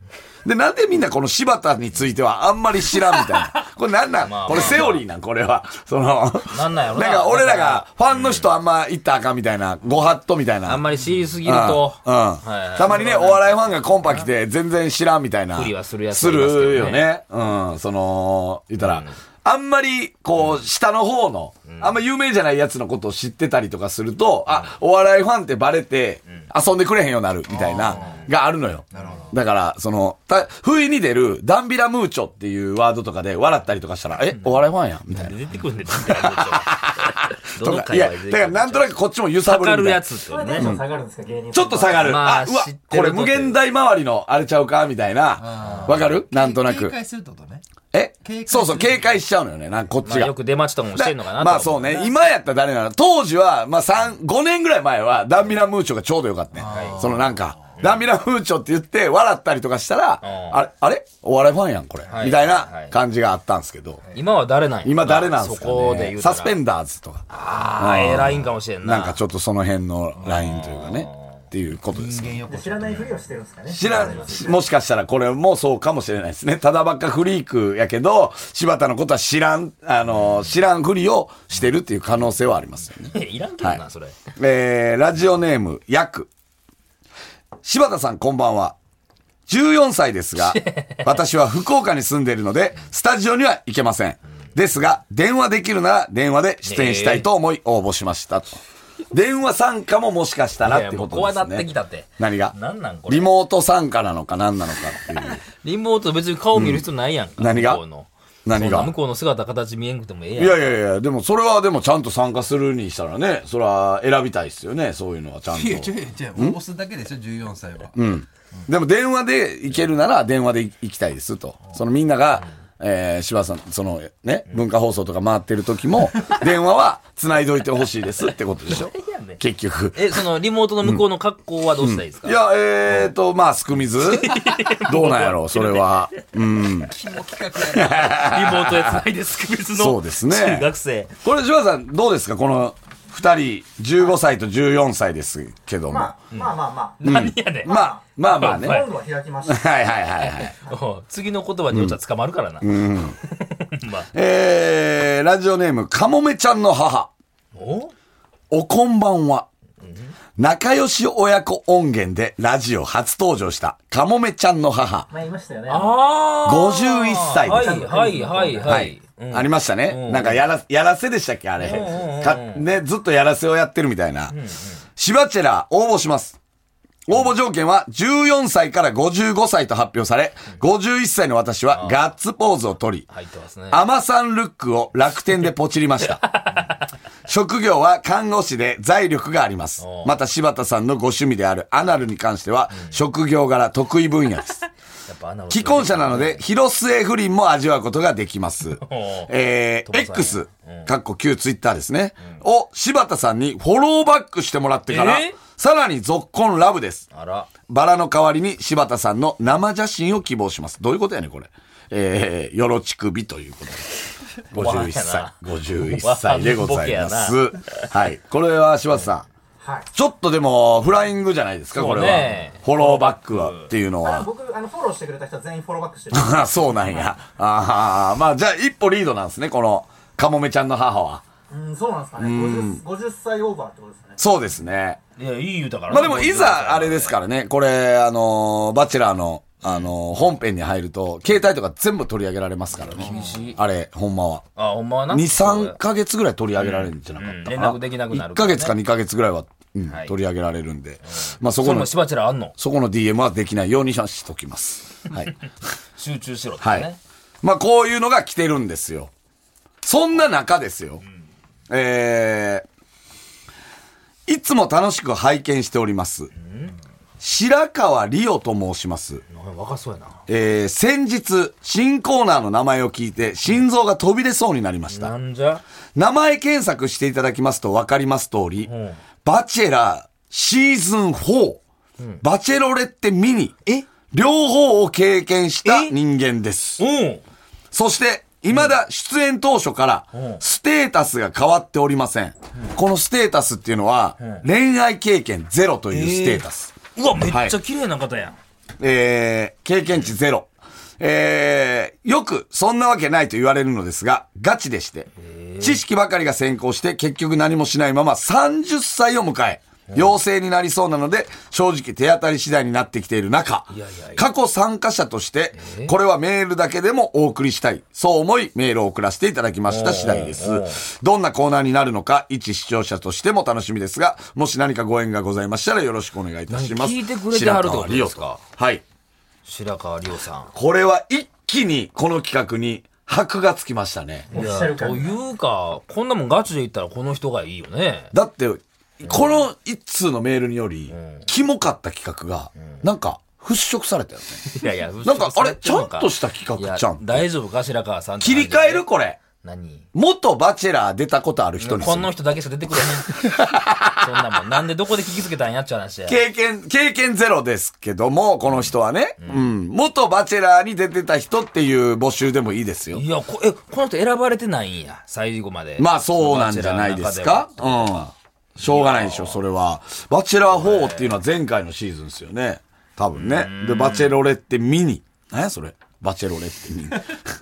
[SPEAKER 2] で、なんでみんなこの柴田についてはあんまり知らんみたいな。これなんなん
[SPEAKER 1] まあまあ
[SPEAKER 2] これセオリーなんこれは。その、
[SPEAKER 1] なんなんやろな
[SPEAKER 2] か俺らがファンの人あんま行ったらあかんみたいな、ご法度みたいな。
[SPEAKER 1] あんまり知りすぎる
[SPEAKER 2] うん
[SPEAKER 1] と、
[SPEAKER 2] うん
[SPEAKER 1] はい
[SPEAKER 2] たまにね、お笑いファンがコンパ来て全然知らんみたいな。
[SPEAKER 1] 不利はするやつ
[SPEAKER 2] す
[SPEAKER 1] もいますけどね
[SPEAKER 2] るよね。うん。その、言ったら、あんまり、こう、下の方の、あんま有名じゃないやつのことを知ってたりとかすると、あ、お笑いファンってバレて、遊んでくれへんようになる、みたいな、があるのよ。だから、その、た不意に出る、ダンビラムーチョっていうワードとかで笑ったりとかしたら、え、お笑いファンやんみたいな。
[SPEAKER 1] 出てくるんでど っちもど
[SPEAKER 2] と
[SPEAKER 1] の
[SPEAKER 2] か、
[SPEAKER 1] 会
[SPEAKER 2] いや、
[SPEAKER 1] 話
[SPEAKER 2] だか
[SPEAKER 1] で出てく
[SPEAKER 2] らなんとなくこっちも揺さ
[SPEAKER 1] か
[SPEAKER 2] ぶる
[SPEAKER 1] か
[SPEAKER 2] み
[SPEAKER 1] る
[SPEAKER 2] たい
[SPEAKER 1] や
[SPEAKER 2] な。
[SPEAKER 1] つって
[SPEAKER 4] これ
[SPEAKER 1] ね
[SPEAKER 4] テンション下がるんですか、芸人
[SPEAKER 2] ちょっと下がる。
[SPEAKER 1] まあ
[SPEAKER 2] あ、うわ
[SPEAKER 1] 知ってる、こと
[SPEAKER 2] これ無限大周りのあれちゃうかみたいな。わかるなんとな
[SPEAKER 3] 警
[SPEAKER 2] く。
[SPEAKER 3] 戒するってことね。
[SPEAKER 2] え
[SPEAKER 3] 警戒する
[SPEAKER 2] そうそう、警戒しちゃうのよね。なんかこっ
[SPEAKER 1] まあ
[SPEAKER 2] ちが。
[SPEAKER 1] よく出待ちとかもしてんのかなと
[SPEAKER 2] まあそうね。今やったら誰なの当時は、まあ3、5年ぐらい前は、ダンミラムーチョがちょうどよかったね。そのなんか、ダンミラムーチョって言って笑ったりとかしたら、
[SPEAKER 1] ん
[SPEAKER 2] あれ、あれお笑いファンやん、これ
[SPEAKER 1] は。い
[SPEAKER 2] みたいな感じがあったんですけど。
[SPEAKER 1] 今は誰なんや
[SPEAKER 2] 今誰なんですか
[SPEAKER 1] そこで言
[SPEAKER 2] ね。
[SPEAKER 1] うた
[SPEAKER 2] サ
[SPEAKER 1] ら
[SPEAKER 2] スペンダーズとか。
[SPEAKER 1] ああええラインかもしれんな
[SPEAKER 2] なんかちょっとその辺のラインというかね。っていうことですね。
[SPEAKER 4] で知らないふりをしてるんですかね。
[SPEAKER 2] 知らん、もしかしたらこれもそうかもしれないですね。ただばっかフリークやけど、柴田のことは知らん、あの、知らんふりをしてるっていう可能性はありますよね。
[SPEAKER 1] いやいらんけどな、
[SPEAKER 2] はい
[SPEAKER 1] それ
[SPEAKER 2] えー、ラジオネーム、ヤク。柴田さんこんばんは。14歳です が、私は福岡に住んでいるので、スタジオには行けません。ですが、電話できるなら電話で出演したいと思い応募しましたと。電話参加ももしかしたらってことですね。
[SPEAKER 1] いやもう怖なってきたって
[SPEAKER 2] 何が
[SPEAKER 1] なんなんこれ
[SPEAKER 2] リモート参加なのか何なのかって いう。
[SPEAKER 1] リモート別に顔見る必要ないやんか、
[SPEAKER 2] うん何が
[SPEAKER 1] 向こうの
[SPEAKER 2] 何が
[SPEAKER 1] そんな向こうの姿形見えんくてもええやん
[SPEAKER 2] いやいやいや、でもそれはでもちゃんと参加するにしたらね、それは選びたいですよね、そういうのはちゃん
[SPEAKER 3] いや、ち
[SPEAKER 2] と
[SPEAKER 3] ょ。いちょい、応募するだけでしょ、14歳は。
[SPEAKER 2] でも電話で行けるなら電話で行きたいですと。そのみんなが、えー、柴田さん、そのね、文化放送とか回ってる時 も、電話は繋いどいてほしいですってことでしょ
[SPEAKER 1] やねん。
[SPEAKER 2] 結局。
[SPEAKER 1] えそのリモートの向こうの格好はどうしたらいいですか、
[SPEAKER 2] いや、えーと、まあ、すくみ ずどうなんやろう、それは。うん。
[SPEAKER 3] 肝企画やな。
[SPEAKER 1] リモートやつないです別の
[SPEAKER 2] そうですね
[SPEAKER 1] 中学生
[SPEAKER 2] これ、柴田さん、どうですかこの、二人、15歳と14歳ですけども。
[SPEAKER 4] まあまあまあまあ。
[SPEAKER 1] 何やねん。
[SPEAKER 2] まあ、まあまあね。はい
[SPEAKER 4] 今度は開きました。
[SPEAKER 2] はいはいはい。
[SPEAKER 1] おう次の言葉によっちゃ捕まるからな。まあ、
[SPEAKER 2] えー、ラジオネーム、かもめちゃんの母。
[SPEAKER 1] お
[SPEAKER 2] おこんばんは。仲良し親子音源でラジオ初登場した、かもめちゃんの母。
[SPEAKER 4] 前言いましたよね。
[SPEAKER 1] あ
[SPEAKER 2] 51歳
[SPEAKER 1] は
[SPEAKER 2] で
[SPEAKER 1] い
[SPEAKER 2] す
[SPEAKER 1] はいはい
[SPEAKER 2] は
[SPEAKER 1] はいい。。
[SPEAKER 2] ありましたね。なんかやら、やらせでしたっけあれ。かね、ずっとやらせをやってるみたいな。シバチェラ応募します。応募条件は14歳から55歳と発表され、51歳の私はガッツポーズを取り、
[SPEAKER 1] 入ってますね。
[SPEAKER 2] アマさんルックを楽天でポチりました。職業は看護師で財力があります。また柴田さんのご趣味であるアナルに関しては、職業柄得意分野です。
[SPEAKER 1] やっぱ穴を
[SPEAKER 2] 既婚者なので、広末不倫も味わうことができます。えー、X、かっこ旧ツイッターですね、を柴田さんにフォローバックしてもらってから、
[SPEAKER 1] えー
[SPEAKER 2] さらに続婚ラブです。
[SPEAKER 1] あら。
[SPEAKER 2] バラの代わりに柴田さんの生写真を希望します。どういうことやねんこれ。えー、よろちくびということです。51歳、51歳でございます。はい。これは柴田さん。
[SPEAKER 4] はい。
[SPEAKER 2] ちょっとでも、フライングじゃないですか、これは。
[SPEAKER 1] そうね
[SPEAKER 2] フォローバックは、っていうの
[SPEAKER 4] あ
[SPEAKER 2] は。
[SPEAKER 4] 僕、あの、フォローしてくれた人は全員フォローバックしてる。
[SPEAKER 2] あそうなんや。ああ、まあじゃあ一歩リードなんですね、この、かもめちゃんの母は。
[SPEAKER 4] うん、そうなんですかね。50, 50歳オーバーってことですね。
[SPEAKER 2] そうですね。
[SPEAKER 1] いや、いい言うたから
[SPEAKER 2] ま
[SPEAKER 1] な。
[SPEAKER 2] あでもいざ、あれですからね、これ、あのーバチェラーの、あのー本編に入ると、携帯とか全部取り上げられますからね。あれ、ほんまは。
[SPEAKER 1] あ、ほんまはな。
[SPEAKER 2] 2、3
[SPEAKER 1] 回。
[SPEAKER 2] ヶ月ぐらい取り上げられるんじゃなかったかな。
[SPEAKER 1] うんうん連絡できなくなる
[SPEAKER 2] 1ヶ
[SPEAKER 1] からね
[SPEAKER 2] 月か2ヶ月ぐらいは、うん
[SPEAKER 1] はい
[SPEAKER 2] 取り上げられるんで。まあそ
[SPEAKER 1] そ
[SPEAKER 2] こ
[SPEAKER 1] れも
[SPEAKER 2] の、
[SPEAKER 1] しばちらあんの
[SPEAKER 2] そこの DM はできないようにしとき ます。はい。
[SPEAKER 1] 集中しろってね。
[SPEAKER 2] はい。まあ、こういうのが来てるんですよ。そんな中ですよ。えー、いつも楽しく拝見しております。白川里央と申します。
[SPEAKER 1] なんか若そうやな。
[SPEAKER 2] えー、先日、新コーナーの名前を聞いて、心臓が飛び出そうになりました。
[SPEAKER 1] なんじゃ
[SPEAKER 2] 名前検索していただきますと分かります通り、
[SPEAKER 1] ん
[SPEAKER 2] バチェラーシーズン4、バチェロレッテミニ、両方を経験した
[SPEAKER 1] え
[SPEAKER 2] 人間です
[SPEAKER 1] う。ん。
[SPEAKER 2] そして、未だ出演当初から
[SPEAKER 1] ん、
[SPEAKER 2] ステータスが変わっておりません。このステータスっていうのは、恋愛経験ゼロというステータス。
[SPEAKER 1] うわ、めっちゃ綺麗な方やん。
[SPEAKER 2] えー、経験値ゼロ。えー、よく、そんなわけないと言われるのですが、ガチでして、知識ばかりが先行して、結局何もしないまま30歳を迎え、陽性になりそうなので、正直手当たり次第になってきている中、
[SPEAKER 1] いやいやいや
[SPEAKER 2] 過去参加者として、これはメールだけでもお送りしたい。そう思い、メールを送らせていただきました次第で
[SPEAKER 1] おうおう
[SPEAKER 2] す。どんなコーナーになるのか、一視聴者としても楽しみですが、もし何かご縁がございましたらよろしくお願いいたします。
[SPEAKER 1] 聞いてくれてはるってこと
[SPEAKER 2] 白川
[SPEAKER 1] ですか
[SPEAKER 2] 理央とはい。
[SPEAKER 1] 白川亮さ
[SPEAKER 2] これは一気にこの企画に箔がつきましたね。
[SPEAKER 1] ん。い
[SPEAKER 4] おっし
[SPEAKER 1] や、
[SPEAKER 4] ゃる感
[SPEAKER 1] と
[SPEAKER 4] じ
[SPEAKER 1] いうか、こんなもんガチで言ったらこの人がいいよね。
[SPEAKER 2] だって、この一通のメールにより、キモかった企画が、なんか払拭されたよね。
[SPEAKER 1] いやい や、
[SPEAKER 2] なんかあれちゃんとした企画じゃん
[SPEAKER 1] いや大丈夫か、白川さんって
[SPEAKER 2] 切
[SPEAKER 1] 感
[SPEAKER 2] り
[SPEAKER 1] じで。
[SPEAKER 2] 替えるこれ。
[SPEAKER 1] 何
[SPEAKER 2] 元バチェラー出たことある人にす
[SPEAKER 1] この
[SPEAKER 2] る。
[SPEAKER 1] 人だけしか出てく れへん。そんなもん。なんでどこで聞きつけたんやっちゃう話や。
[SPEAKER 2] 経験、経験ゼロですけども、この人はね。うん。元バチェラーに出てた人っていう募集でもいいですよ
[SPEAKER 1] い。やこ、え、この人選ばれてないんや。最後まで。
[SPEAKER 2] まあそうなんじゃないですかうん。しょうがないでしょ、それは。バチェラー4っていうのは前回のシーズンですよね。多分ね。で、バチェロレってミニ。何やそれバチェロレってミニ。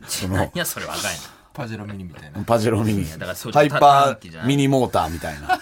[SPEAKER 2] その、
[SPEAKER 1] いや、それはあかんやん。
[SPEAKER 3] パジェラミニみたいな。
[SPEAKER 2] パジェロミニ
[SPEAKER 1] だから。そう
[SPEAKER 2] ハイパ
[SPEAKER 1] 短期じゃな
[SPEAKER 2] ーミ
[SPEAKER 1] い
[SPEAKER 2] ニモーターみ たいな。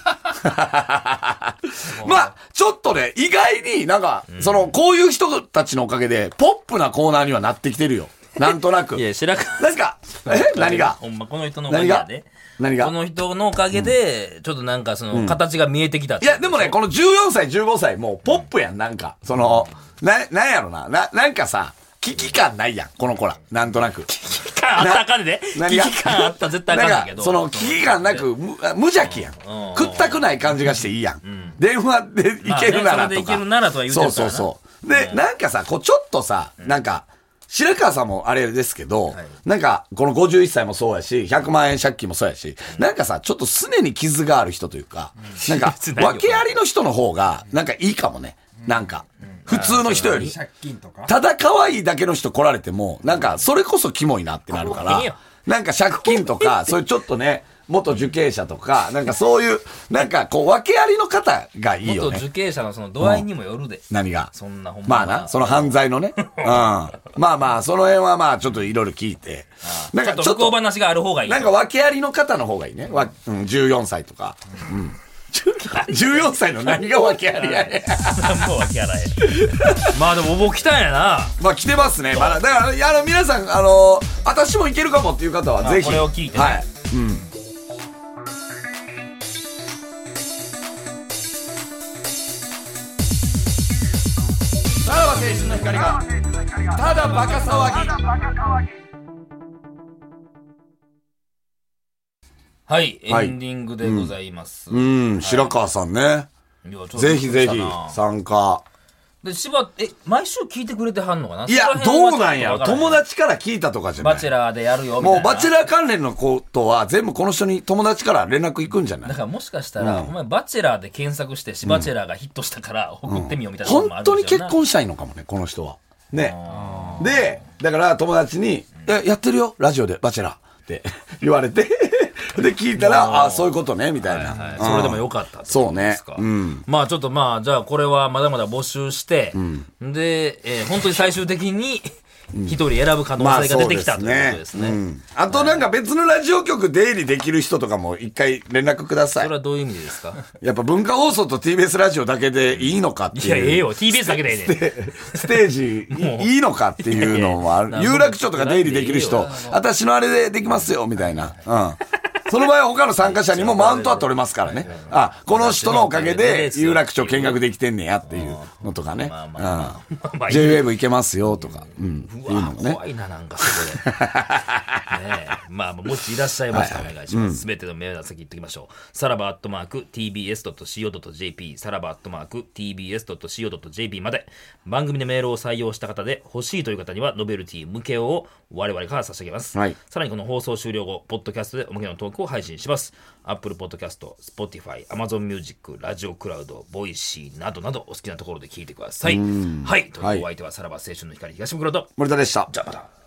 [SPEAKER 2] まあ、ちょっとね、意外になんか、その、こういう人たちのおかげで、ポップなコーナーにはなってきてるよ。なんとなく
[SPEAKER 1] い。や、白川
[SPEAKER 2] なんか、え何が
[SPEAKER 1] ほんま、この人のおか
[SPEAKER 2] 何
[SPEAKER 1] げや
[SPEAKER 2] が
[SPEAKER 1] で。
[SPEAKER 2] 何が
[SPEAKER 1] この人のおかげで、ちょっとなんかその、形が見えてきたって
[SPEAKER 2] いや、でもね、この14歳、15歳、もうポップやん、なんか。その、な、なんやろな。な、なんかさ、危機感ないやん、この子ら。なんとなく。
[SPEAKER 1] 危機感あったらあかんで。
[SPEAKER 2] 何
[SPEAKER 1] 危
[SPEAKER 2] が
[SPEAKER 1] 機感あったら絶対あかんねん
[SPEAKER 2] な
[SPEAKER 1] け
[SPEAKER 2] んか
[SPEAKER 1] ど。
[SPEAKER 2] その、危機感なく、無無邪気やん。
[SPEAKER 1] ん
[SPEAKER 2] 食ったくない感じがしていいやん。電話でいけるな
[SPEAKER 1] ま
[SPEAKER 2] ら
[SPEAKER 1] あねそれ
[SPEAKER 2] と
[SPEAKER 1] でいけ
[SPEAKER 2] か。
[SPEAKER 1] るならとは言うて
[SPEAKER 2] そう
[SPEAKER 1] るから
[SPEAKER 2] そう
[SPEAKER 1] な
[SPEAKER 2] そう。で、なんかさ、こう、ちょっとさ、なんか、白川さんもあれですけど、なんか、この51歳もそうやし、100万円借金もそうやし、なんかさ、ちょっとすねに傷がある人というか、なん か
[SPEAKER 1] 傷、ないよ
[SPEAKER 2] 訳ありの人の方が、なんかいいかもね。なんか、普通の人より。
[SPEAKER 3] 借金とか。
[SPEAKER 2] ただ可愛いだけの人来られても、なんか、それこそキモいなってなるか
[SPEAKER 1] ここ
[SPEAKER 2] ら
[SPEAKER 1] へんよ、
[SPEAKER 2] なんか借金とか、そういうちょっとね、元受刑者とか、なんかそういう、なんかこう、訳ありの方がいい
[SPEAKER 1] 元
[SPEAKER 2] よね。
[SPEAKER 1] 受刑者のその度合いにもよるで。
[SPEAKER 2] 何が。
[SPEAKER 1] そんなほん
[SPEAKER 2] ま
[SPEAKER 1] ま
[SPEAKER 2] あ
[SPEAKER 1] な
[SPEAKER 2] な、その犯罪のね。 うん。まあまあ、その辺はまあ、ちょっといろいろ聞いて。なん
[SPEAKER 1] ち
[SPEAKER 2] か
[SPEAKER 1] ょっと
[SPEAKER 2] ちょっ
[SPEAKER 1] 不幸
[SPEAKER 2] と、
[SPEAKER 1] 話がある方がいい。
[SPEAKER 2] なん か訳ありの方の方がいいね。わうん、14歳とか。 うん。14歳の何が訳ありやねん。
[SPEAKER 1] もうわけやらへん。まあでも、おぼ来たんやな。
[SPEAKER 2] まあ来てますね。まだ、だから、あの、皆さん、あの、私もいけるかもっていう方は、
[SPEAKER 1] あ
[SPEAKER 2] ぜひ。
[SPEAKER 1] これを聞いてね
[SPEAKER 2] はい。うん。さらば青春の光が、ただバカ騒ぎ。
[SPEAKER 1] はい、エ
[SPEAKER 2] はい
[SPEAKER 1] ンディングでございます。
[SPEAKER 2] うん、白川さんね。
[SPEAKER 1] いやちょっと
[SPEAKER 2] ぜひぜ
[SPEAKER 1] びっく
[SPEAKER 2] ひ
[SPEAKER 1] りしたな
[SPEAKER 2] 参加。
[SPEAKER 1] で、芝、え、毎週聞いてくれてはんのかない
[SPEAKER 2] や、どうなんやろ。友。達から聞いたとかじ
[SPEAKER 1] そ
[SPEAKER 2] ゃ
[SPEAKER 1] の辺は
[SPEAKER 2] ない。
[SPEAKER 1] ちょっとわからんバチェラーでやるよみたいな。
[SPEAKER 2] もうバチェラー関連のことは全部この人に友達から連絡行くんじゃない
[SPEAKER 1] だからもしかしたら、お前バチェラーで検索して、シバチェラーがヒットしたから送ってみようみたいなこともあ
[SPEAKER 2] 本
[SPEAKER 1] る
[SPEAKER 2] 当
[SPEAKER 1] ん
[SPEAKER 2] に
[SPEAKER 1] じゃな
[SPEAKER 2] 結
[SPEAKER 1] い
[SPEAKER 2] 婚したいのかもね、この人は。ね。で、だから友達に、え、やってるよ、ラジオで、バチェラーって 言われて、で、聞いたら、あそういうことね、みたいな。
[SPEAKER 1] はい
[SPEAKER 2] うん
[SPEAKER 1] それでもよかったって
[SPEAKER 2] そう
[SPEAKER 1] こと
[SPEAKER 2] ね
[SPEAKER 1] ですか。
[SPEAKER 2] うん。
[SPEAKER 1] まあちょっとまあ、じゃあこれはまだまだ募集して、で、えー本当に最終的に一人選ぶ可能性が出てきたということですね。
[SPEAKER 2] まあそうですねうんあとなんか別のラジオ局出入りできる人とかも一回連絡くださ
[SPEAKER 1] そ
[SPEAKER 2] い
[SPEAKER 1] れ。はどういう意味でですか
[SPEAKER 2] やっぱ文化放送と TBS ラジオだけでいいのかっていう。
[SPEAKER 1] いや、ええよ。TBS だけでええねん。
[SPEAKER 2] ステージいいのかっていうのもある
[SPEAKER 1] いや。いや
[SPEAKER 2] 有楽町とか出入りできる人、私のあれでできますよ、みたいな。うん。その場合は他の参加者にもマウントは取れますからね。あ、この人のおかげで有楽町見学できてんねやっていうのとかね。
[SPEAKER 1] あま
[SPEAKER 2] うん
[SPEAKER 1] まあまあ
[SPEAKER 2] JWAVE 行けますよとか。うん。
[SPEAKER 1] うわ、怖いな、なんかそ こで。ねえまあ、もしいらっしゃいましたらお願いします。すべてのメールは先言っておきましょう。さらばアットマーク tbs.co.jp、さらばアットマーク tbs.co.jp まで、番組でメールを採用した方で欲しいという方には、ノベルティ向けを我々から差し上げます。
[SPEAKER 2] はい
[SPEAKER 1] さらにこの放送終了後、ポッドキャストでおまけのトークを配信します。Apple Podcast、Spotify、Amazon Music、ラジオクラウド、ボイシーなどなどお好きなところで聞いてください。はい。というお相手は、さらば青春の光東袋と、
[SPEAKER 2] 森田でした。
[SPEAKER 1] じゃあまた。